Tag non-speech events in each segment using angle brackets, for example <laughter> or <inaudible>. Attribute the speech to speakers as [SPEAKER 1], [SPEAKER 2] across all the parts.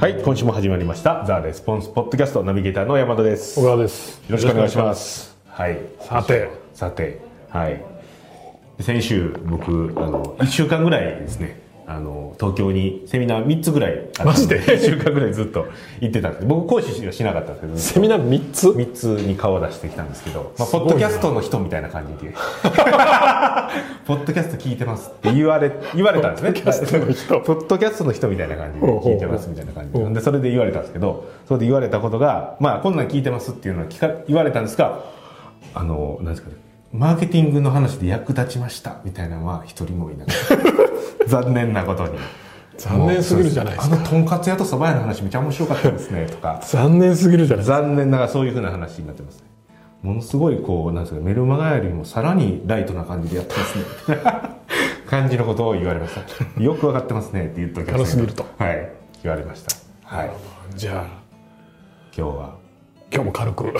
[SPEAKER 1] はい今週も始まりました「ザ・レスポンスポッドキャスト」ナビゲーターの山田です
[SPEAKER 2] 小
[SPEAKER 1] よ
[SPEAKER 2] 川です。
[SPEAKER 1] ろしくお願いしますはい
[SPEAKER 2] さて、
[SPEAKER 1] さてはい先週僕あの1週間ぐらいですねあの東京にセミナー3つぐらいマジで1週間ぐらいずっと行ってたんです僕講師はしなかったんですけど
[SPEAKER 2] セミナー三つ。
[SPEAKER 1] 3つに顔を出してきたんですけど、まあ、
[SPEAKER 2] す
[SPEAKER 1] ポ
[SPEAKER 2] ご
[SPEAKER 1] ッ
[SPEAKER 2] いな
[SPEAKER 1] ドキャストの人みたいな感
[SPEAKER 2] <laughs>
[SPEAKER 1] じでポッドキャスト聞いてますって言われ言われたんですね
[SPEAKER 2] ポッドキャストの人
[SPEAKER 1] ポッドキャストの人みたいな感じで
[SPEAKER 2] ほうほうほう
[SPEAKER 1] 聞いてますみたいな感じ
[SPEAKER 2] ほ
[SPEAKER 1] で
[SPEAKER 2] う
[SPEAKER 1] でそれで言われたんですけどそれで言われたことが、まあ、こんなん聞いてますっていうのを聞か言われたんですがあのなんですかねマーケティングの話で役立ちましたみたいなのは一人もいなかっ
[SPEAKER 2] <laughs>
[SPEAKER 1] た残念なことに
[SPEAKER 2] 残念すぎるじゃないですか
[SPEAKER 1] もうそうあのとんかつ屋とそば屋の話めちゃ面白かったですねとか
[SPEAKER 2] 残念すぎるじゃないですか。
[SPEAKER 1] 残念ながらそういうふうな話になってますねものすごいこうなんですかメルマガよりもさらにライトな感じでやってますね <laughs> 感じのことを言われましたよくわかってますねって言っときま
[SPEAKER 2] 軽
[SPEAKER 1] し
[SPEAKER 2] す
[SPEAKER 1] た
[SPEAKER 2] ぎ
[SPEAKER 1] け
[SPEAKER 2] ると
[SPEAKER 1] どはい言われましたはい
[SPEAKER 2] じゃあ、
[SPEAKER 1] 今日は
[SPEAKER 2] 今日も軽く。 <laughs>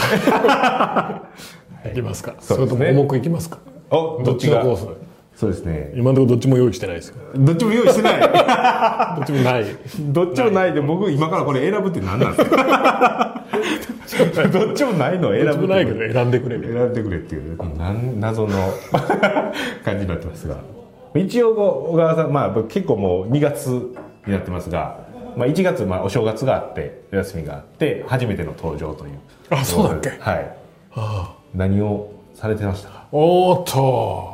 [SPEAKER 2] いきますか。
[SPEAKER 1] そ
[SPEAKER 2] そう
[SPEAKER 1] で
[SPEAKER 2] れ
[SPEAKER 1] す
[SPEAKER 2] と
[SPEAKER 1] ね
[SPEAKER 2] も重くいきますか。
[SPEAKER 1] おど
[SPEAKER 2] ど
[SPEAKER 1] っ
[SPEAKER 2] っ
[SPEAKER 1] ち
[SPEAKER 2] ち
[SPEAKER 1] が
[SPEAKER 2] がコース。
[SPEAKER 1] そうですね
[SPEAKER 2] 今のところどっちも用意してないですから。
[SPEAKER 1] どっちも用意してない <laughs>
[SPEAKER 2] どっちもない。
[SPEAKER 1] どっちもないで僕今からこれ選ぶって何なんですかど <laughs> っちもないの選ぶ
[SPEAKER 2] どっちもないけ
[SPEAKER 1] って
[SPEAKER 2] ど選んでくれみたいな。
[SPEAKER 1] 選んでくれっていうなん謎の <laughs> 感じになってますが一応小川さん、まあ、僕結構もう2月になってますが、まあ、1月まあお正月があってお休みがあって初めての登場という
[SPEAKER 2] あそうだっけ
[SPEAKER 1] はい何をされてました
[SPEAKER 2] <laughs>
[SPEAKER 1] か
[SPEAKER 2] おーっと、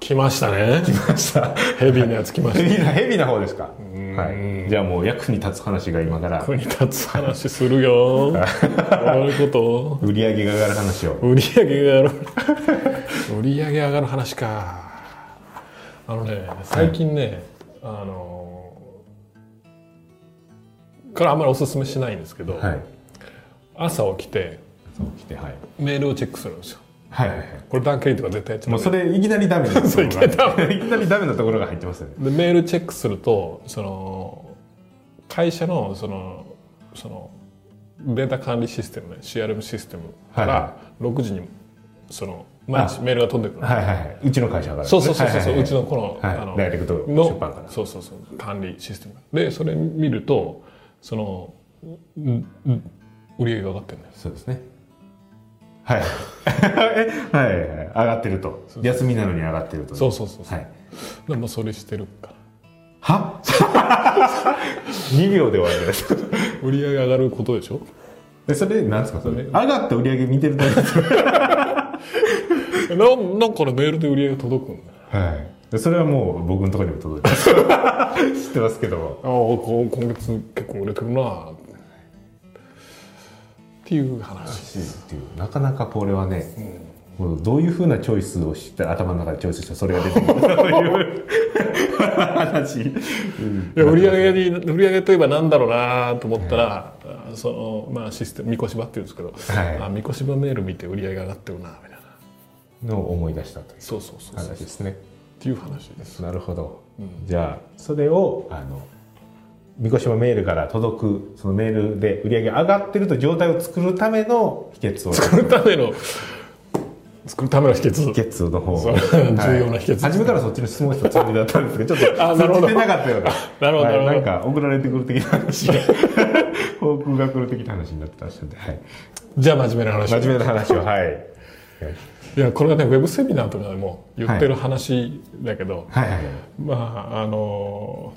[SPEAKER 2] 来ましたね。ヘビーなやつ来
[SPEAKER 1] <laughs>
[SPEAKER 2] ま
[SPEAKER 1] ヘ
[SPEAKER 2] し
[SPEAKER 1] ビなヘビな方ですか、はい、じゃあもう役に立つ話が今から
[SPEAKER 2] た。国立つ話す
[SPEAKER 1] <laughs>
[SPEAKER 2] るよ。どういうこ
[SPEAKER 1] 売り上げが上がる話を
[SPEAKER 2] と売り上げが上がる。 <laughs> 売り上げ上がる話か。あのね、最近ね、あのこれあんまりおすすめしないんですけど、
[SPEAKER 1] はい
[SPEAKER 2] 朝起きて
[SPEAKER 1] そう来てはい
[SPEAKER 2] メールをチェックするんですよ
[SPEAKER 1] はいはいはい
[SPEAKER 2] これ段階とか絶対やっちゃ
[SPEAKER 1] も
[SPEAKER 2] ダ
[SPEAKER 1] う
[SPEAKER 2] メ
[SPEAKER 1] それいきなりダメなところ
[SPEAKER 2] そういきなりダ
[SPEAKER 1] が <laughs> いきなりダメなところが入ってますよね
[SPEAKER 2] でメールチェックするとその会社のそのそのデータ管理システムね CRM システムか
[SPEAKER 1] はい
[SPEAKER 2] ら
[SPEAKER 1] は
[SPEAKER 2] 6時にその毎日メールが飛んでくる
[SPEAKER 1] はいはいはいうちの会社から、ね、
[SPEAKER 2] そうそうそうそ
[SPEAKER 1] は
[SPEAKER 2] う、
[SPEAKER 1] いはいはいう
[SPEAKER 2] ちのこの,、
[SPEAKER 1] はい
[SPEAKER 2] あの
[SPEAKER 1] ダイレクト
[SPEAKER 2] の
[SPEAKER 1] 出版から
[SPEAKER 2] そうそうそう管理システムでそれ見るとそのんん売り上げが上がってるんだよ
[SPEAKER 1] そうですねはい <laughs> えはいはいはい上がってると休みなのに上がってると
[SPEAKER 2] そうそうそうそう、
[SPEAKER 1] はい
[SPEAKER 2] でもそれしてるから
[SPEAKER 1] は2秒で終わりです
[SPEAKER 2] <laughs> 売り上げ上がることでしょ <laughs>
[SPEAKER 1] でそれで何ですかそれ上がった売り上げ見てるだけです
[SPEAKER 2] なんなんかねメールで売り上げ届くんだよ
[SPEAKER 1] はいでそれはもう僕のところにも届いてます
[SPEAKER 2] <laughs>
[SPEAKER 1] 知ってますけども
[SPEAKER 2] ああこ今月結構売れてるなっていう話
[SPEAKER 1] っていうなかなかこれはね、もうどういうふうなチョイスをした頭の中でチョイスしたらそれが出てくるという <laughs> 話、うん
[SPEAKER 2] いや売り上げに売り上げといえばなんだろうなと思ったら、あそのまあシステムみこしばっていうんですけど、
[SPEAKER 1] はい
[SPEAKER 2] あみこしばメール見て売り上げ上がってるなみたいな
[SPEAKER 1] のを思い出したという
[SPEAKER 2] そうそうそうそう
[SPEAKER 1] 話ですね。
[SPEAKER 2] っていう話です
[SPEAKER 1] なるほど、じゃあそれをあの三越島メールから届くそのメールで売り上げ上がってると状態を作るための秘訣を
[SPEAKER 2] 作るための作るための秘
[SPEAKER 1] 秘
[SPEAKER 2] 訣
[SPEAKER 1] 訣の方を
[SPEAKER 2] そう
[SPEAKER 1] はい
[SPEAKER 2] 重要な秘訣
[SPEAKER 1] 初めからそっちの質問したつもりだったんですけどちょっ
[SPEAKER 2] <laughs> あ
[SPEAKER 1] と
[SPEAKER 2] なるほ
[SPEAKER 1] そ
[SPEAKER 2] ど
[SPEAKER 1] っち出なかったような
[SPEAKER 2] <laughs> な
[SPEAKER 1] は
[SPEAKER 2] るほど
[SPEAKER 1] い
[SPEAKER 2] なるほど
[SPEAKER 1] なんか送られてくる的な
[SPEAKER 2] <laughs>
[SPEAKER 1] 話が報告が来る的な話になってたので、はい、
[SPEAKER 2] じゃあ真面目な話
[SPEAKER 1] 真面目な話をはい
[SPEAKER 2] いやこれはねウェブセミナーとかでも言ってる話だけど、
[SPEAKER 1] はいはいはい
[SPEAKER 2] まああの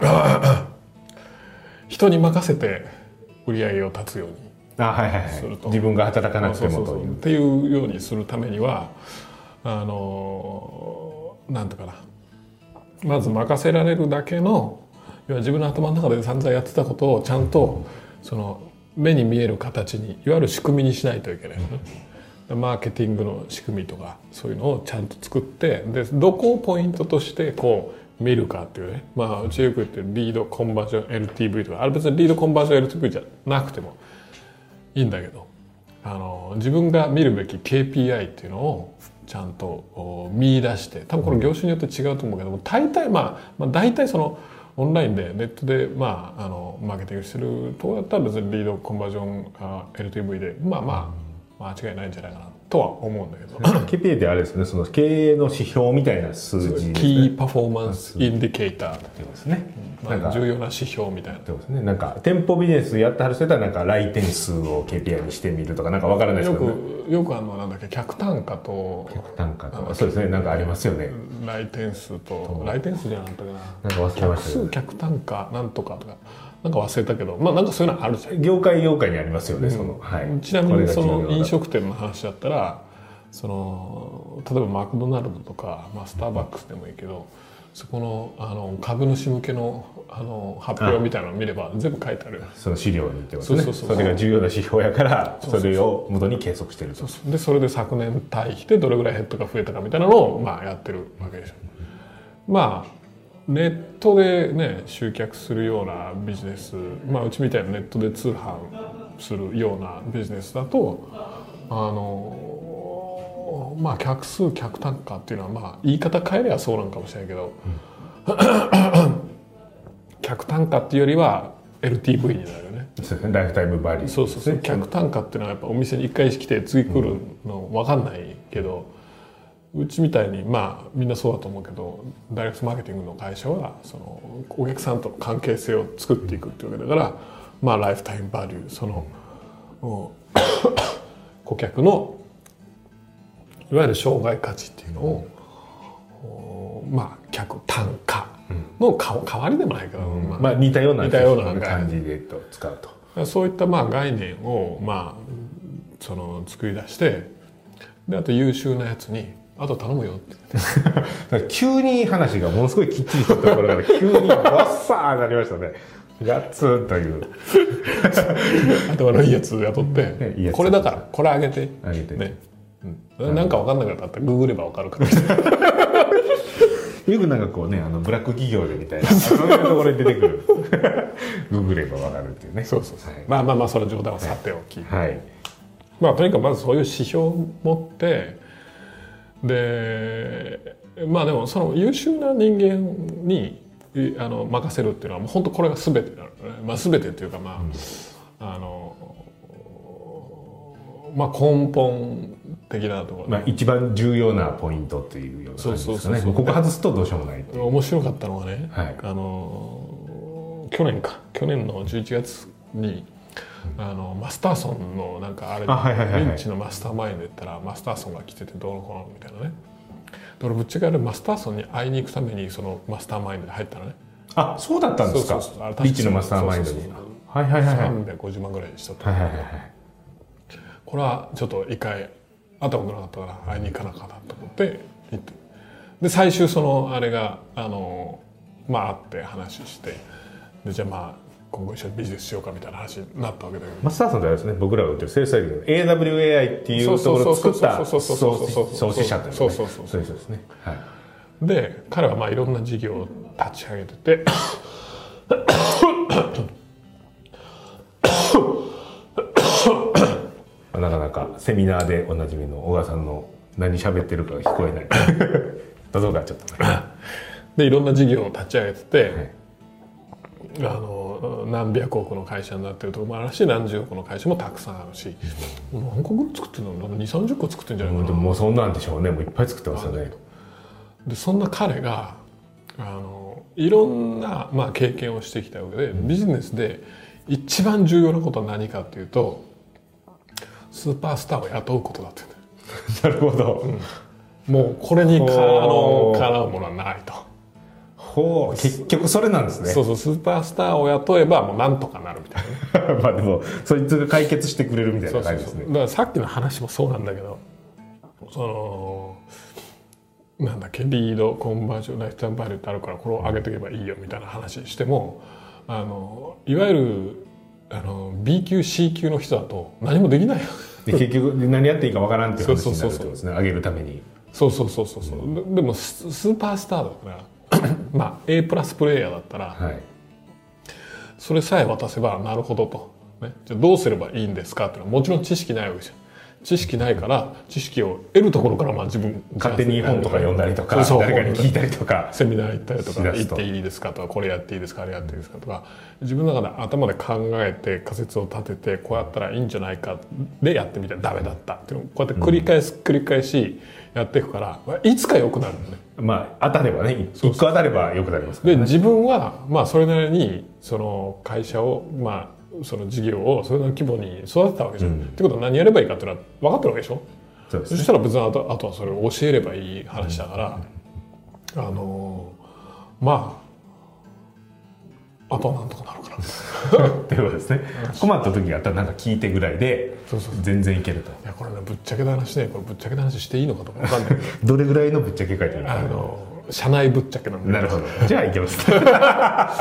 [SPEAKER 2] あー <clears throat> 人に任せて売り上げを立つように
[SPEAKER 1] あはいはい
[SPEAKER 2] する
[SPEAKER 1] はい
[SPEAKER 2] と
[SPEAKER 1] 自分が働かなくて
[SPEAKER 2] そ
[SPEAKER 1] も
[SPEAKER 2] うそ
[SPEAKER 1] と
[SPEAKER 2] う
[SPEAKER 1] い
[SPEAKER 2] そうっ
[SPEAKER 1] う
[SPEAKER 2] ていうようにするためにはあのなんとかなまず任せられるだけの要は自分の頭の中で散々やってたことをちゃんとその目に見える形にいわゆる仕組みにしないといけないよね。でマーケティングの仕組みとかそういうのをちゃんと作ってでどこをポイントとしてこう見るかっていうねまあうちよく言ってるリードコンバージョン LTV とかあれ別にリードコンバージョン LTV じゃなくてもいいんだけどあの自分が見るべき KPI っていうのをちゃんとお見出して多分これ業種によって違うと思うけども大体まあ、まあ、大体そのオンラインでネットで、まあ、あのマーケティングしてるとこだったら別にリードコンバージョンあ LTV でまあまあ間違いないんじゃないかなとは思うんだけど、
[SPEAKER 1] KPI ってあれですねその経営の指標みたいな数字
[SPEAKER 2] キーパフォーマンスインディケーター、
[SPEAKER 1] ですね、なん
[SPEAKER 2] まあ、
[SPEAKER 1] か
[SPEAKER 2] 重要な指標みたいな
[SPEAKER 1] そうですねなんか店舗ビジネスやってはる人やったらなんか来店数を KPI にしてみるとかなんかわからないです
[SPEAKER 2] よ
[SPEAKER 1] けど、ね、
[SPEAKER 2] くよくあのなんだっけ客単価と
[SPEAKER 1] なんかそうですねなんかありますよね、
[SPEAKER 2] 来店数と来店数じゃなかったかな
[SPEAKER 1] なんか忘れま
[SPEAKER 2] 客
[SPEAKER 1] したけ
[SPEAKER 2] 数客単価なんとかとかなんか忘れたけどまあなんかそういうのあるじゃん
[SPEAKER 1] ど業界業界にありますよね、そのはい
[SPEAKER 2] ちなみにそ
[SPEAKER 1] これが重要
[SPEAKER 2] の
[SPEAKER 1] だ
[SPEAKER 2] 飲食店の話だったらその例えばマクドナルドとか、まあ、スターバックスでもいいけどそこのあの株主向けのあの発表みたいなのを見れば全部書いてある
[SPEAKER 1] その資料にってことね
[SPEAKER 2] そうそうそう
[SPEAKER 1] れが重要な指標やから
[SPEAKER 2] そうそ
[SPEAKER 1] そうれを元に計測してると
[SPEAKER 2] でそれで昨年対比でどれぐらいヘッドが増えたかみたいなのを、まあ、やってるわけでしょ。まあネットでね集客するようなビジネス、まあ、うちみたいなネットで通販するようなビジネスだとあのまあ客数客単価っていうのはまあ言い方変えればそうなんかもしれないけど、 <laughs> 客単価っていうよりは LTV になるよね。
[SPEAKER 1] そうですねライフタイムバリュー
[SPEAKER 2] そうそうそう客単価っていうのはやっぱお店に1回来て次来るの分かんないけど、うちみたいにまあみんなそうだと思うけどダイレクトマーケティングの会社はそのお客さんとの関係性を作っていくっていうわけだから、まあライフタイムバリューその、うん顧客のいわゆる障害価値っていうのを、おまあ客単価のか代わりでもないけど、まあ
[SPEAKER 1] まあ似たような
[SPEAKER 2] 似たような感じ
[SPEAKER 1] 感じでと使うと
[SPEAKER 2] そういったまあ概念をまあその作り出してであと優秀なやつに「あと頼むよ」って
[SPEAKER 1] だから急に話がものすごいきっちりしたところから急にわっさーなりました
[SPEAKER 2] <laughs>
[SPEAKER 1] ねガッツンという
[SPEAKER 2] 「頭のいいやつ雇って、
[SPEAKER 1] ねいいやつ
[SPEAKER 2] これだからこれあげて」
[SPEAKER 1] あげて
[SPEAKER 2] ねうん、なんか分かんなかったらググれば分かるから
[SPEAKER 1] よくなんかこうねあのブラック企業でみたいなそういうところに出てく
[SPEAKER 2] <laughs>
[SPEAKER 1] る <laughs> ググればわかるっていうねそうそうそう
[SPEAKER 2] まあまあまあそれは冗談はさておき、
[SPEAKER 1] はい
[SPEAKER 2] まあとにかくまずそういう指標を持ってでまあでもその優秀な人間にいあの任せるっていうのはもう本当これが全てなのね、まあ、全てっていうかまあ、あのまあ根本的なところ、
[SPEAKER 1] まあ一番重要なポイントというような感じ
[SPEAKER 2] そう
[SPEAKER 1] で
[SPEAKER 2] そ
[SPEAKER 1] すか
[SPEAKER 2] うそう
[SPEAKER 1] ね
[SPEAKER 2] そう
[SPEAKER 1] ここ外すとどうしようもないっていう
[SPEAKER 2] 面白かったのはね、
[SPEAKER 1] はい
[SPEAKER 2] あの去年か去年の11月にあのマスターソンのなんかあれ
[SPEAKER 1] あはいはいはいはい
[SPEAKER 2] リンチのマスターマインド行ったらマスターソンが来ててどうのこうのみたいなねで俺ぶっちゃけあれマスターソンに会いに行くためにそのマスターマインドに入ったのね
[SPEAKER 1] あそうだったんですか
[SPEAKER 2] そうそうそうあれ確か
[SPEAKER 1] ビッチのマスターマインドに
[SPEAKER 2] そうそうそう
[SPEAKER 1] はいはいはいはいはい
[SPEAKER 2] 350万ぐらいしちゃった、
[SPEAKER 1] はいはい
[SPEAKER 2] これはちょっと一回会ったことなかったから会いに行かなかったと思って行ってで最終そのあれがあのまあ会って話してでじゃあまあ今後一緒にビジネスしようかみたいな話になったわけだけど
[SPEAKER 1] マスターさんとあれですね僕らが売ってるセールスサイトの AWAI っていうところを作った
[SPEAKER 2] そう
[SPEAKER 1] 創
[SPEAKER 2] そうそうそうそうそう
[SPEAKER 1] 始者というかね
[SPEAKER 2] そうそうそう
[SPEAKER 1] そうですねはい
[SPEAKER 2] で彼はまあいろんな事業を立ち上げてて <coughs>
[SPEAKER 1] なかなかセミナーでおなじみの小川さんの何喋ってるかが聞こえない謎がちょっとね
[SPEAKER 2] でいろんな事業を立ち上げてて、あの何百億の会社になってるところもあるし何十億の会社もたくさんあるし何個ぐらい作ってるの2 3 0個作ってるんじゃない
[SPEAKER 1] も
[SPEAKER 2] かな
[SPEAKER 1] うでももうそんなんでしょうねもういっぱい作ってますよね
[SPEAKER 2] でそんな彼があのいろんな、まあ、経験をしてきたわけでビジネスで一番重要なことは何かっていうとスーパースターを雇うことだって言うんだ
[SPEAKER 1] なる
[SPEAKER 2] よ
[SPEAKER 1] ほど、
[SPEAKER 2] もうこれにかあの
[SPEAKER 1] ほう
[SPEAKER 2] かなうものはないと、
[SPEAKER 1] ほう結局それなんですね
[SPEAKER 2] そうそうスーパースターを雇えばもうなんとかなるみた <laughs> い
[SPEAKER 1] <laughs>
[SPEAKER 2] な
[SPEAKER 1] まあでもそいつが解決してくれるみたいな感じですね
[SPEAKER 2] だからさっきの話もそうなんだけどそのなんだっけリードコンバージョンライフタイムバリューってあるからこれを上げていけばいいよみたいな話してもあのいわゆるあの B 級 C 級の人だと何もできないよ
[SPEAKER 1] で結局何やっていいかわからんっていう話にな
[SPEAKER 2] そうそう
[SPEAKER 1] る
[SPEAKER 2] そう
[SPEAKER 1] ってこと
[SPEAKER 2] そう
[SPEAKER 1] ですね上げるために
[SPEAKER 2] そうそうそうそうそうででもススーパースターだからまあ A プラスプレイヤーだったら
[SPEAKER 1] はい
[SPEAKER 2] それさえ渡せばなるほどと、ね、じゃあどうすればいいんですかっていうのはもちろん知識ないわけじゃん知識ないから知識を得るところからまあ自分
[SPEAKER 1] 勝手に本とか読んだりとか
[SPEAKER 2] そうそう
[SPEAKER 1] 誰かに聞いたりとか
[SPEAKER 2] セミナー行ったりとか
[SPEAKER 1] しだ
[SPEAKER 2] 行
[SPEAKER 1] す
[SPEAKER 2] っ
[SPEAKER 1] と
[SPEAKER 2] ていいですかとかこれやっていいですかあれやっていいですかとか自分の中で頭で考えて仮説を立ててこうやったらいいんじゃないかでやってみてダメだったっていうのをこうやって繰り返す繰り返しやっていくからいつか良くなるのね。
[SPEAKER 1] まあ当たればね一個当たればよくなりますから
[SPEAKER 2] で自分はまあそれなりにその会社をまあその事業をそれなりの規模に育てたわけじゃん。ってことは何やればいいかっていうのは分かってるわけでしょ
[SPEAKER 1] そうです
[SPEAKER 2] そ
[SPEAKER 1] ね
[SPEAKER 2] したら別にあとあとはそれを教えればいい話だから、あのーまああとはなんとかなるかない
[SPEAKER 1] っていうことですね困った時があったらなんか聞いてぐらいで
[SPEAKER 2] そうそう
[SPEAKER 1] 全然いけると
[SPEAKER 2] やこれねぶっちゃけた話ねこれぶっちゃけた話していいのかとか分かんない
[SPEAKER 1] <laughs>
[SPEAKER 2] けど
[SPEAKER 1] どれぐらいのぶっちゃけ書いてある
[SPEAKER 2] あ
[SPEAKER 1] か
[SPEAKER 2] のー社内ぶっちゃけなんで
[SPEAKER 1] なるほど <laughs> じゃあいけます
[SPEAKER 2] <laughs>
[SPEAKER 1] は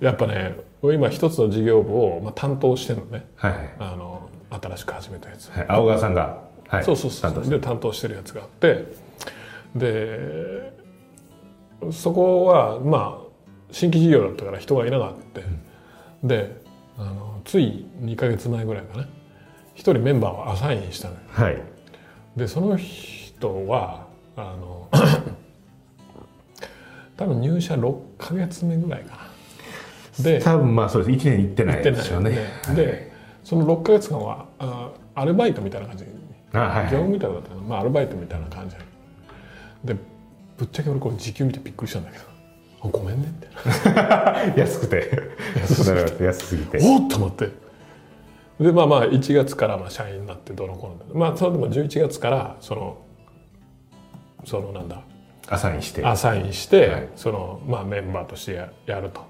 [SPEAKER 1] い
[SPEAKER 2] やっぱね俺今一つの事業部を、まあ、担当してるのね
[SPEAKER 1] はい
[SPEAKER 2] あのー新しく始めたやつ
[SPEAKER 1] はい青川さんがはい
[SPEAKER 2] そうそうそ
[SPEAKER 1] 担当
[SPEAKER 2] う
[SPEAKER 1] し
[SPEAKER 2] で担当してるやつがあってでそこはまあ新規事業だったから人がいなかった、であのつい2ヶ月前ぐらいかな一人メンバーをアサインしたのよ
[SPEAKER 1] てはい
[SPEAKER 2] でその人はあの <coughs> 多分入社6ヶ月目ぐらいかなで
[SPEAKER 1] 多分まあそうです1年行ってな
[SPEAKER 2] 行
[SPEAKER 1] い
[SPEAKER 2] って
[SPEAKER 1] で
[SPEAKER 2] ない
[SPEAKER 1] す
[SPEAKER 2] よ
[SPEAKER 1] よ
[SPEAKER 2] ね
[SPEAKER 1] ね
[SPEAKER 2] でその6ヶ月間はあアルバイトみたいな感じ
[SPEAKER 1] あはい
[SPEAKER 2] 業務みたいだったかな、まあ、アルバイトみたいな感じででぶっちゃけ俺これ時給見てびっくりしたんだけどあごめんねっ
[SPEAKER 1] <laughs>
[SPEAKER 2] て
[SPEAKER 1] 安くて
[SPEAKER 2] 安すぎて
[SPEAKER 1] <laughs> なるほど安すぎて
[SPEAKER 2] おっと思ってでまあまあ1月からまあ社員になってどの頃だまあそれでも11月からそのそのなんだ
[SPEAKER 1] アサインして
[SPEAKER 2] アサインして、
[SPEAKER 1] はい
[SPEAKER 2] そのまあメンバーとしてややると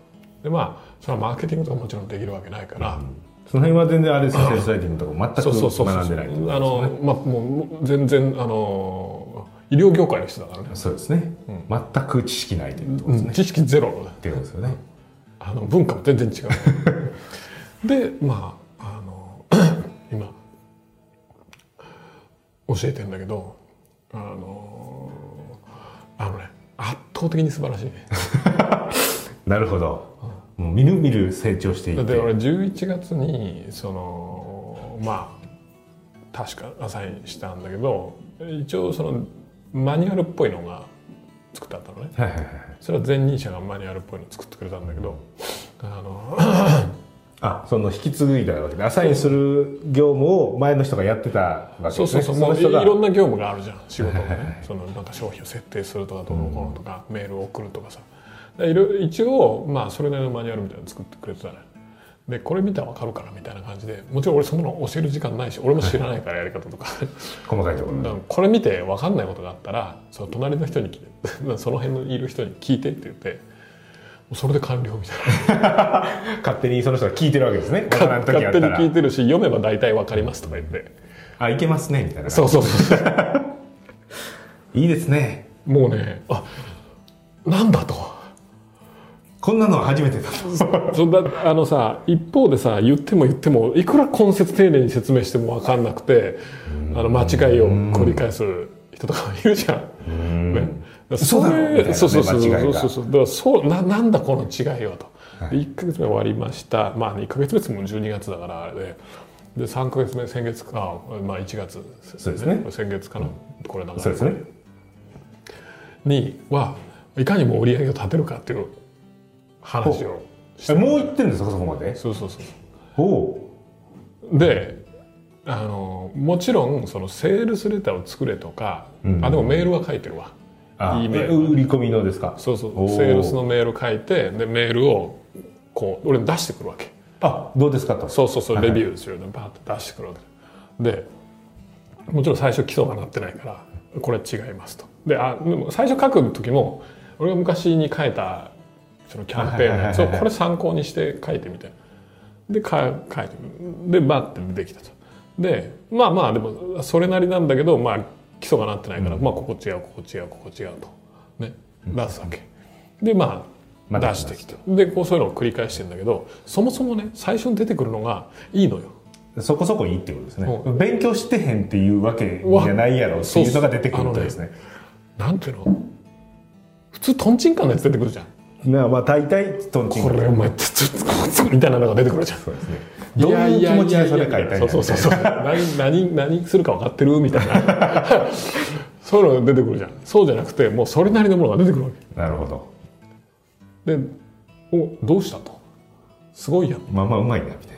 [SPEAKER 2] でまあそのマーケティングとかもちろんできるわけないから、
[SPEAKER 1] その辺は全然あれですよセールスライティングとか
[SPEAKER 2] そうそ
[SPEAKER 1] 全
[SPEAKER 2] うそ
[SPEAKER 1] く
[SPEAKER 2] うそう
[SPEAKER 1] 学んでないってことですね
[SPEAKER 2] あのまあもう全然あの医療業界の人だからね
[SPEAKER 1] そうですね全く知識ないというところですね
[SPEAKER 2] 知識ゼロ
[SPEAKER 1] っていうことですよね
[SPEAKER 2] あの文化も全然違
[SPEAKER 1] <laughs>
[SPEAKER 2] うでまああの今教えてんだけどあのあのね圧倒的に素晴らしいね
[SPEAKER 1] なるほどもうみるみる成長してい
[SPEAKER 2] だ
[SPEAKER 1] っ
[SPEAKER 2] って
[SPEAKER 1] て
[SPEAKER 2] 俺11月にそのまあ確かアサインしたんだけど一応そのマニュアルっぽいのが作ってあったのね
[SPEAKER 1] はいはいはい
[SPEAKER 2] それは前任者がマニュアルっぽいの作ってくれたんだけどあの
[SPEAKER 1] あその引き継いだわけでアサインする業務を前の人がやってたわけです
[SPEAKER 2] そ
[SPEAKER 1] ね
[SPEAKER 2] うそうそう、
[SPEAKER 1] の
[SPEAKER 2] もういい
[SPEAKER 1] 人が
[SPEAKER 2] ろんな業務があるじゃん仕事もねそのなんか商品を設定するとかどうのこうのとか、メールを送るとかさでいろ一応まあそれなりのマニュアルみたいなの作ってくれてたねでこれ見たら分かるからみたいな感じでもちろん俺そんなの教える時間ないし俺も知らないからやり方とか <laughs>
[SPEAKER 1] 細かいところ
[SPEAKER 2] だからこれ見て分かんないことがあったらその隣の人に聞いて <laughs> その辺のいる人に聞いてって言ってもうそれで完了みたいな
[SPEAKER 1] 勝手にその人が聞いてるわけですねわからん時あ
[SPEAKER 2] 勝
[SPEAKER 1] っ
[SPEAKER 2] 手
[SPEAKER 1] た
[SPEAKER 2] に聞い
[SPEAKER 1] ら
[SPEAKER 2] てるし読めば大体分かりますとか言って
[SPEAKER 1] あいけますねみたいな
[SPEAKER 2] そうそうそう
[SPEAKER 1] いいですね
[SPEAKER 2] もうねあなんだと
[SPEAKER 1] こんなのは初めてだと
[SPEAKER 2] そんなあのさ一方でさ言っても言ってもいくら根節丁寧に説明しても分かんなくてあの間違いを繰り返す人とかもいるじゃん。ね
[SPEAKER 1] 嘘だろみたいなね
[SPEAKER 2] そうそうそう
[SPEAKER 1] 間違
[SPEAKER 2] そ
[SPEAKER 1] いうが
[SPEAKER 2] そうそうだからそうななんだこの違いはと、で1か月目終わりましたまあ1か月目ってもう12月だからあれでで3か月目先月かまあ1月、
[SPEAKER 1] そうですね
[SPEAKER 2] 先月かな、これだから
[SPEAKER 1] そうですね
[SPEAKER 2] にはいかにも売り上げを立てるかっていう話をして
[SPEAKER 1] えもう行ってんですかそこまで
[SPEAKER 2] そうそうそう
[SPEAKER 1] おお
[SPEAKER 2] であのもちろんそのセールスレターを作れとか、あでもメールは書いてるわ
[SPEAKER 1] あ
[SPEAKER 2] いい
[SPEAKER 1] え
[SPEAKER 2] メール
[SPEAKER 1] 売り込みのですか
[SPEAKER 2] そうそう
[SPEAKER 1] おー
[SPEAKER 2] セールスのメール書いてでメールをこう俺に出してくるわけ
[SPEAKER 1] あどうですかと
[SPEAKER 2] そうそうそうレビューするのバーッと出してくるわけでもちろん最初基礎がなってないからこれ違いますとであでも最初書く時も俺が昔に書いたそのキャンペーンのやつを
[SPEAKER 1] はいはいはいはい
[SPEAKER 2] これ参考にして書いてみてでか書いてみるでバッて出てきたとでまあまあでもそれなりなんだけどまあ基礎がなってないから、まあここ違うここ違うここ違うとね出すわけでまあ
[SPEAKER 1] また
[SPEAKER 2] 出してきてでこうそういうのを繰り返してんだけどそもそもね最初に出てくるのがいいのよ
[SPEAKER 1] そこそこいいってことですね
[SPEAKER 2] う
[SPEAKER 1] 勉強してへんっていうわけじゃないやろっていうのが出てくるってことですね
[SPEAKER 2] なんていうの普通トンチンカンのやつ出てくるじゃん
[SPEAKER 1] なまあ大体トンチン
[SPEAKER 2] こ
[SPEAKER 1] カン
[SPEAKER 2] れお前つつつみたいなのが出てくるじゃん
[SPEAKER 1] そうですねどういう気持ちでそれ書いたんや
[SPEAKER 2] そうそうそうそう何何何するか分かってるみたいなそういうのが出てくるじゃんそうじゃなくてもうそれなりのものが出てくるわ
[SPEAKER 1] なるほど
[SPEAKER 2] けでおどうしたとすごいやん
[SPEAKER 1] まあまあうまいなみた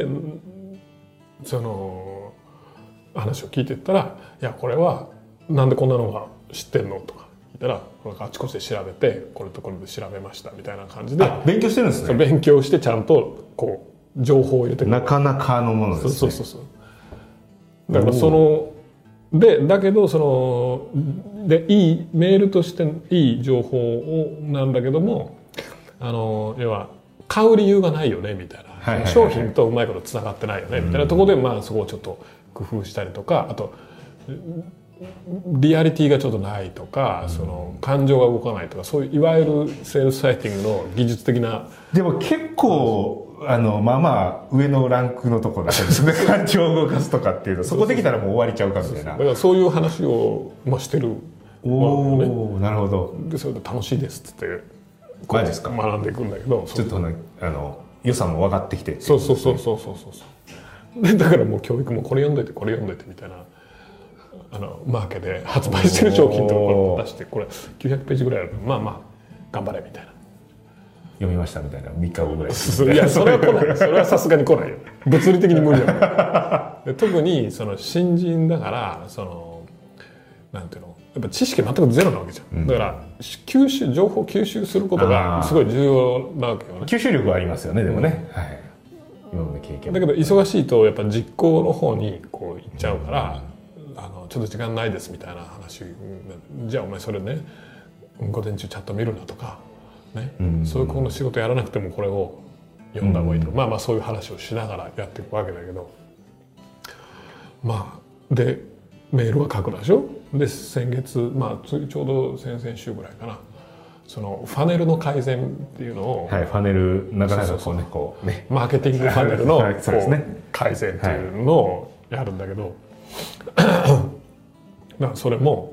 [SPEAKER 1] いな
[SPEAKER 2] でその話を聞いてったら「いやこれはなんでこんなのが知ってんの?」とか聞いたら「なんかあちこちで調べてこれとこれで調べました」みたいな感じで
[SPEAKER 1] あ勉強してるんです
[SPEAKER 2] その
[SPEAKER 1] ね
[SPEAKER 2] 勉強してちゃんとこう情報を入れてくる
[SPEAKER 1] なかなかのものです
[SPEAKER 2] そう
[SPEAKER 1] ね
[SPEAKER 2] そうそうそうだからそのでだけどそのでいいメールとしていい情報をなんだけどもあの要は買う理由がないよねみたいな、
[SPEAKER 1] はいはいはい
[SPEAKER 2] 商品とうまいことつながってないよねみたいなところで、まあそこをちょっと工夫したりとかあとリアリティがちょっとないとか、その感情が動かないとかそういういわゆるセールスサイティングの技術的な
[SPEAKER 1] でも結構あのまあまあ上のランクのとこだったんですね感情を動かすとかっていうとそこできたらもう終わりちゃうかみたい
[SPEAKER 2] だ
[SPEAKER 1] な
[SPEAKER 2] からそういう話を、まあ、してる
[SPEAKER 1] おおなるほど
[SPEAKER 2] でそれで楽しいですっつってこう
[SPEAKER 1] マジですか
[SPEAKER 2] 学んでいくんだけどそ
[SPEAKER 1] ちょっとねあの良さも分かってきて
[SPEAKER 2] そうそうそうそうそうそうそうでだからもう教育もこれ読んでてこれ読んでてみたいなあのマーケで発売してる商品とか
[SPEAKER 1] お
[SPEAKER 2] こ
[SPEAKER 1] ー
[SPEAKER 2] れ出してこれ900ページぐらいあるからまあまあ頑張れみたいな
[SPEAKER 1] 読みましたみたいな3日後ぐらい
[SPEAKER 2] そういやそれは来ないそれはさすがに来ないよ物理的に無理だ
[SPEAKER 1] <laughs>
[SPEAKER 2] もんで特にその新人だからそのなんていうのやっぱ知識全くゼロなわけじゃん、だから吸収情報を吸収すること
[SPEAKER 1] あ
[SPEAKER 2] が
[SPEAKER 1] ー
[SPEAKER 2] すごい重要なわけよね
[SPEAKER 1] 吸収力はありますよねでもね、はい今まで経験
[SPEAKER 2] だけど忙しいとやっぱ実行の方にこう行っちゃうから、あのちょっと時間ないですみたいな話うんじゃあお前それね午前中チャット見るなとか、ねそういう子の仕事やらなくてもこれを読んだ方がいいとか、まあまあそういう話をしながらやっていくわけだけどまあでメールは書くでしょで先月、まあ、つちょうど先々週ぐらいかなそのファネルの改善っていうのを、
[SPEAKER 1] はいファネルなかなかこうねこうね
[SPEAKER 2] マーケティングファネルの
[SPEAKER 1] はいそうですね
[SPEAKER 2] こう改善っていうのをやるんだけど、 <clears throat> だからそれも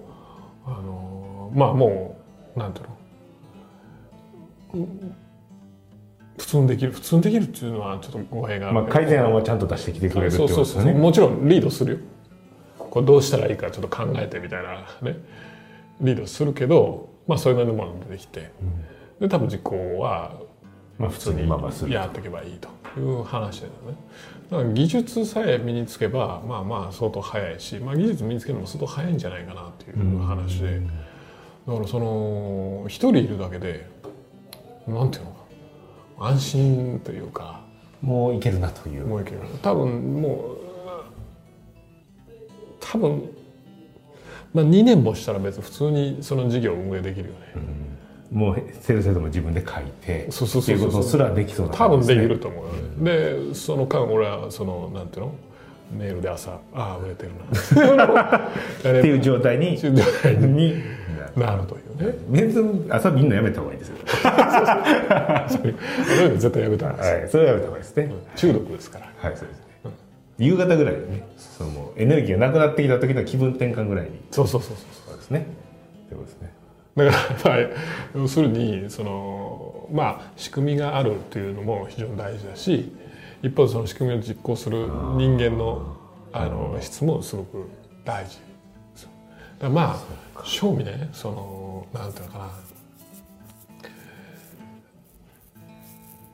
[SPEAKER 2] あのーまあもうなんていうのうん普通にできる普通にできるっていうのはちょっと語弊がある
[SPEAKER 1] まあ、
[SPEAKER 2] けど
[SPEAKER 1] 改善案はちゃんと出してきてくれるってこ
[SPEAKER 2] そう
[SPEAKER 1] と
[SPEAKER 2] そう
[SPEAKER 1] です
[SPEAKER 2] そ
[SPEAKER 1] よ
[SPEAKER 2] う、
[SPEAKER 1] ね
[SPEAKER 2] もちろんリードするよこれどうしたらいいかちょっと考えてみたいなねリードするけどまあそういうのもの出てきて、で多分実行は
[SPEAKER 1] まあ普通にまあまあする
[SPEAKER 2] やっていけばいいという話だよねだから技術さえ身につけばまあまあ相当早いし、まあ、技術身につけるのも相当早いんじゃないかなっていう話で、だからその一人いるだけでなんていうのか安心というか
[SPEAKER 1] もういけるなという
[SPEAKER 2] もういける多分もう多分まあ2年もしたら別に普通にその事業を運営できるよね、
[SPEAKER 1] もうセールスヘッドも自分で書いて
[SPEAKER 2] そうそう
[SPEAKER 1] って
[SPEAKER 2] そ
[SPEAKER 1] いうう
[SPEAKER 2] そう
[SPEAKER 1] ことすらできそうな
[SPEAKER 2] 多
[SPEAKER 1] 感
[SPEAKER 2] 分
[SPEAKER 1] じ
[SPEAKER 2] でき
[SPEAKER 1] すね
[SPEAKER 2] ると思うよね、でその間俺はそのなんていうのメールで朝「ああ売れてる <laughs> な」
[SPEAKER 1] ってい
[SPEAKER 2] っ
[SPEAKER 1] う状態に
[SPEAKER 2] ていう状態に
[SPEAKER 1] に
[SPEAKER 2] なるというね
[SPEAKER 1] 面接朝みんなやめた方がいいですよ、
[SPEAKER 2] そういうそういうの絶対やめたら
[SPEAKER 1] はい、それはやめた方がいいですね、
[SPEAKER 2] 中毒ですから
[SPEAKER 1] はいそうですね、夕方ぐらいにねそのもうエネルギーがなくなってきた時の気分転換ぐらいに
[SPEAKER 2] そうそうそうそう
[SPEAKER 1] そうですねってことですね
[SPEAKER 2] だから、まあ、要するにその、まあ、仕組みがあるというのも非常に大事だし一方でその仕組みを実行する人間のあの質もすごく大事ですよだからまあ正味ねそのなんていうのかな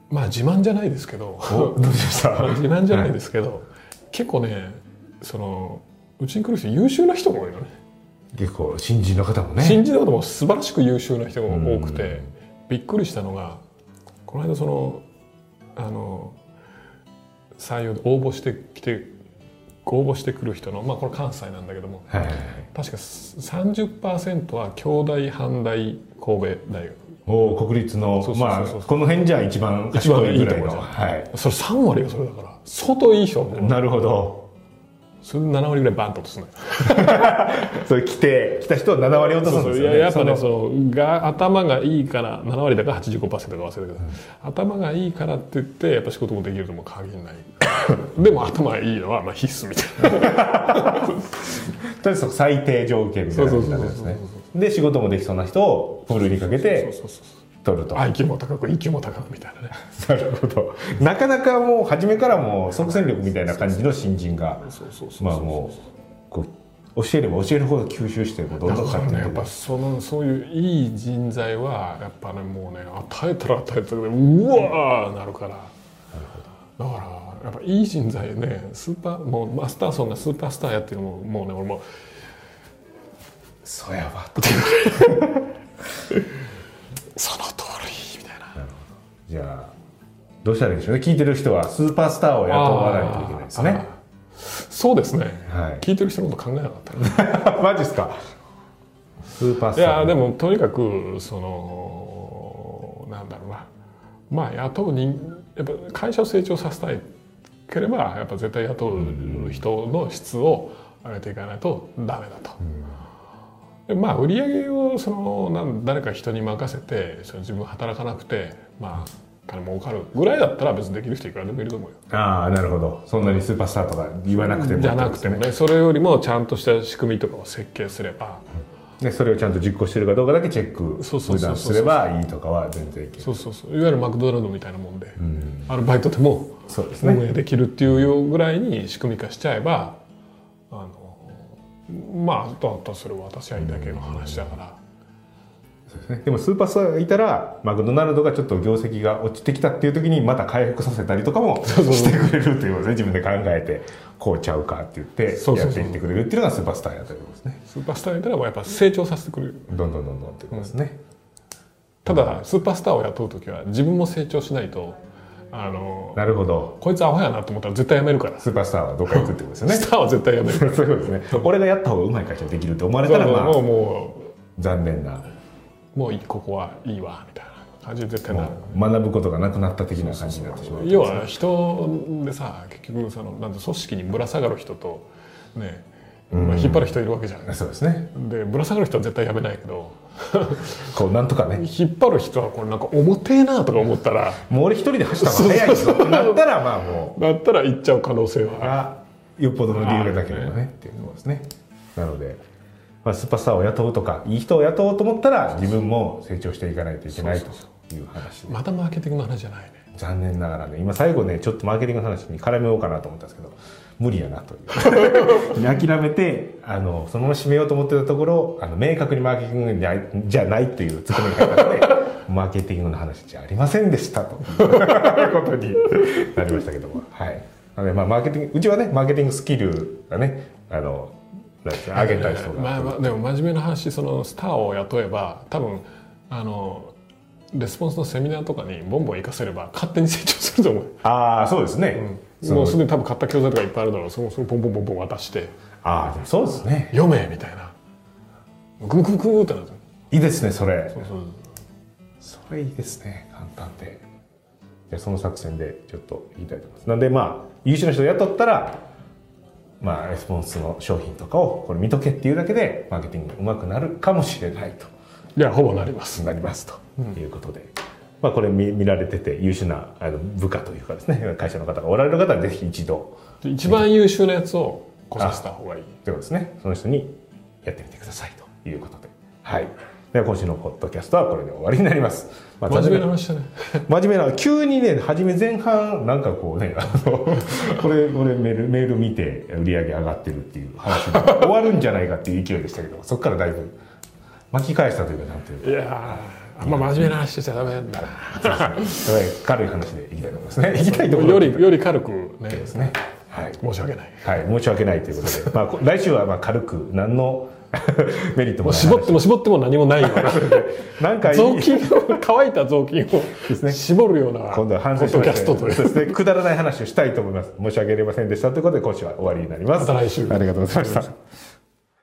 [SPEAKER 2] まあ自慢じゃないですけど
[SPEAKER 1] おどうしました
[SPEAKER 2] まあ自慢じゃないですけど結構ねそのうちに来る人優秀な人が多いのね。
[SPEAKER 1] 結構新人の方もね
[SPEAKER 2] 新人のことも素晴らしく優秀な人が多くてびっくりしたのがこの間そのあの採用で応募してきて応募してくる人のまあこれ関西なんだけども
[SPEAKER 1] はいはいはい
[SPEAKER 2] 確か30%は京大阪大神戸大学
[SPEAKER 1] おー国立の
[SPEAKER 2] そうそうそう
[SPEAKER 1] まあこの辺じゃ一番
[SPEAKER 2] 一番いいとこ
[SPEAKER 1] ぐらいの
[SPEAKER 2] じゃん
[SPEAKER 1] はい
[SPEAKER 2] それ3割がそれだから相当いい人なの
[SPEAKER 1] なるほど
[SPEAKER 2] それで7割ぐらいバンと落とすのよ
[SPEAKER 1] それ来て来た人を7割落とすん
[SPEAKER 2] そう
[SPEAKER 1] です
[SPEAKER 2] い
[SPEAKER 1] よ
[SPEAKER 2] や
[SPEAKER 1] ね
[SPEAKER 2] やっぱね
[SPEAKER 1] そ
[SPEAKER 2] そのが頭がいいから7割だか85%だか忘れたけど、頭がいいからって言ってやっぱ仕事もできるとも限らないでも頭がいいのはまあ必須みたいな
[SPEAKER 1] のとりあえずその最低条件みたいな感じなんですねで仕事もできそうな人をプールにかけて
[SPEAKER 2] そうそうそう
[SPEAKER 1] 取ると
[SPEAKER 2] IQ も高く EQ も高くみたいなね
[SPEAKER 1] なるほどなかなかもう初めからもう即戦力みたいな感じの新人が
[SPEAKER 2] そうそうそう
[SPEAKER 1] まあもうこう教えれば教えるほど吸収してもうどん
[SPEAKER 2] だ
[SPEAKER 1] どん
[SPEAKER 2] か
[SPEAKER 1] 勝
[SPEAKER 2] ら
[SPEAKER 1] ってい
[SPEAKER 2] ねやっ
[SPEAKER 1] く
[SPEAKER 2] ぱそのそういういい人材はやっぱねもうね与えたら与えたらうわーなるからだからやっぱいい人材ねスーパーもうマスターソンがスーパースターやってるのももうね俺も
[SPEAKER 1] そうやわ
[SPEAKER 2] その通りみたいな
[SPEAKER 1] じゃあどうしたらいいでしょうね聞いてる人はスーパースターを雇わないといけないですね
[SPEAKER 2] あーそうですね、
[SPEAKER 1] はい
[SPEAKER 2] 聞いてる人のこと考えなか
[SPEAKER 1] <laughs>
[SPEAKER 2] ったな
[SPEAKER 1] マジっすかスーパース
[SPEAKER 2] い
[SPEAKER 1] ター
[SPEAKER 2] やーでもとにかくそのなんだろうなまあ雇う人やっぱ会社を成長させたいければやっぱ絶対雇う人の質を上げていかないとダメだと。でまあ売り上げをそのなん誰か人に任せてその自分働かなくてまあ金儲かるぐらいだったら別にできる人いくらでもいると思うよ。
[SPEAKER 1] ああなるほどそんなにスーパースターとか言わなくても
[SPEAKER 2] じゃなくてもねそれよりもちゃんとした仕組みとかを設計すれば
[SPEAKER 1] でそれをちゃんと実行してるかどうかだけチェック
[SPEAKER 2] そうそうそうそう
[SPEAKER 1] 普段すればいいとかは全然いける
[SPEAKER 2] そうそうそういわゆるマクドナルドみたいなもんで、アルバイトでも
[SPEAKER 1] そうですね
[SPEAKER 2] 運営できるっていうぐらいに仕組み化しちゃえばあのまああとあとそれは私はいいだけの話だから、
[SPEAKER 1] ねでもスーパースターがいたらマクドナルドがちょっと業績が落ちてきたっていう時にまた回復させたりとかもしてくれるということですね自分で考えてこうちゃうかって言って
[SPEAKER 2] そう
[SPEAKER 1] や
[SPEAKER 2] そう
[SPEAKER 1] っ
[SPEAKER 2] そう
[SPEAKER 1] ていってくれるっていうのがスーパースターやということですね
[SPEAKER 2] スーパースターになればやっぱ成長させてくれる
[SPEAKER 1] どんどんどんどんっていうことですね、
[SPEAKER 2] ただスーパースターを雇う時は自分も成長しないとあの
[SPEAKER 1] なるほど
[SPEAKER 2] こいつアホやなと思ったら絶対やめるから、
[SPEAKER 1] スーパースターはどっか行くってことですよね
[SPEAKER 2] スターは絶対やめる
[SPEAKER 1] <laughs> そういうことですね俺がやった方がうまい会社できると思われ
[SPEAKER 2] だ
[SPEAKER 1] た
[SPEAKER 2] からら
[SPEAKER 1] ま
[SPEAKER 2] もう
[SPEAKER 1] あ
[SPEAKER 2] も
[SPEAKER 1] 残念な
[SPEAKER 2] うもういいここはいいわみたいな感じで絶対なる
[SPEAKER 1] 学ぶことがなくなった的な感じになってしまう
[SPEAKER 2] 要は人でさ結局そのなんて組織にぶら下がる人とね、まあ、引っ張る人いるわけじゃないです
[SPEAKER 1] そうですね
[SPEAKER 2] かでぶら下がる人は絶対やめないけど
[SPEAKER 1] こうなんとかね
[SPEAKER 2] 引っ張る人はこれなんか重てえなとか思ったら
[SPEAKER 1] もう俺一人で走った方が早いぞってなったらまあもう
[SPEAKER 2] だったら行っちゃう可能性は
[SPEAKER 1] がよっぽどの理由がなければねっていうのですねなので、まあ、スーパースターを雇うとかいい人を雇おうと思ったら自分も成長していかないといけないという話で
[SPEAKER 2] またマーケティングの話じゃないね
[SPEAKER 1] 残念ながらね今最後ねちょっとマーケティングの話に絡めようかなと思ったんですけど無理やなという <laughs> 諦めてあのそのまま締めようと思ってたところあの明確にマーケティングじゃないじゃないというツッコミがあったので <laughs> マーケティングの話じゃありませんでしたという <laughs> ことになりましたけどもはいなのでまあマーケティングうちはねマーケティングスキルがねあのなんですか上げた人
[SPEAKER 2] まあ
[SPEAKER 1] が
[SPEAKER 2] まあでも真面目な話そのスターを雇えば多分あのレスポンスのセミナーとかにボンボン行かせれば勝手に成長すると思う
[SPEAKER 1] ああそうですね、その
[SPEAKER 2] もうすでに多分買った教材とかいっぱいあるだろうそのそれボンボンボンボン渡して
[SPEAKER 1] ああでもそうですね
[SPEAKER 2] 読めみたいなグググググってなる
[SPEAKER 1] いいですねそれ
[SPEAKER 2] そう
[SPEAKER 1] それいいですね簡単でじゃあその作戦でちょっと言いたいと思いますなんでまあ優秀な人を雇ったらまあレスポンスの商品とかをこれ見とけっていうだけでマーケティングがうまくなるかもしれないと
[SPEAKER 2] いやほぼなります
[SPEAKER 1] なりますということで、まあこれ見見られてて優秀なあの部下というかですね会社の方がおられる方はぜひ一度
[SPEAKER 2] で一番優秀なやつを来させた方がいい
[SPEAKER 1] ということですねその人にやってみてくださいということではいでは今週のポッドキャストはこれで終わりになります、まあ
[SPEAKER 2] 真面目な話だね
[SPEAKER 1] 真面目な急にね初め前半なんかこうねあの <laughs> これこれメールメール見て売り上げ上がってるっていう話で終わるんじゃないかっていう勢いでしたけどそこからだいぶ巻き返したというかなんていうか
[SPEAKER 2] いやーあんま真面目な話しちゃダメ
[SPEAKER 1] や
[SPEAKER 2] だな
[SPEAKER 1] っぱり軽い話でいきたいと思い
[SPEAKER 2] <laughs>
[SPEAKER 1] ますねいきたいところ
[SPEAKER 2] よりより軽くね
[SPEAKER 1] ですねはい、
[SPEAKER 2] 申し訳ない
[SPEAKER 1] はい、申し訳ないという
[SPEAKER 2] <laughs>
[SPEAKER 1] ことで、まあこ、来週はまあ軽く何の <laughs> メリットも
[SPEAKER 2] もう
[SPEAKER 1] ない
[SPEAKER 2] 絞っても絞っても何もないような
[SPEAKER 1] なんかいい
[SPEAKER 2] 雑巾を乾いた雑巾
[SPEAKER 1] ね
[SPEAKER 2] を絞るようなポ
[SPEAKER 1] 今度は反省
[SPEAKER 2] ッ
[SPEAKER 1] し
[SPEAKER 2] ド
[SPEAKER 1] ま
[SPEAKER 2] キ
[SPEAKER 1] して
[SPEAKER 2] ャストという
[SPEAKER 1] そうですねくだらない話をしたいと思います申し訳ありませんでしたということで今週は終わりになります
[SPEAKER 2] また来週
[SPEAKER 1] ありがとうございました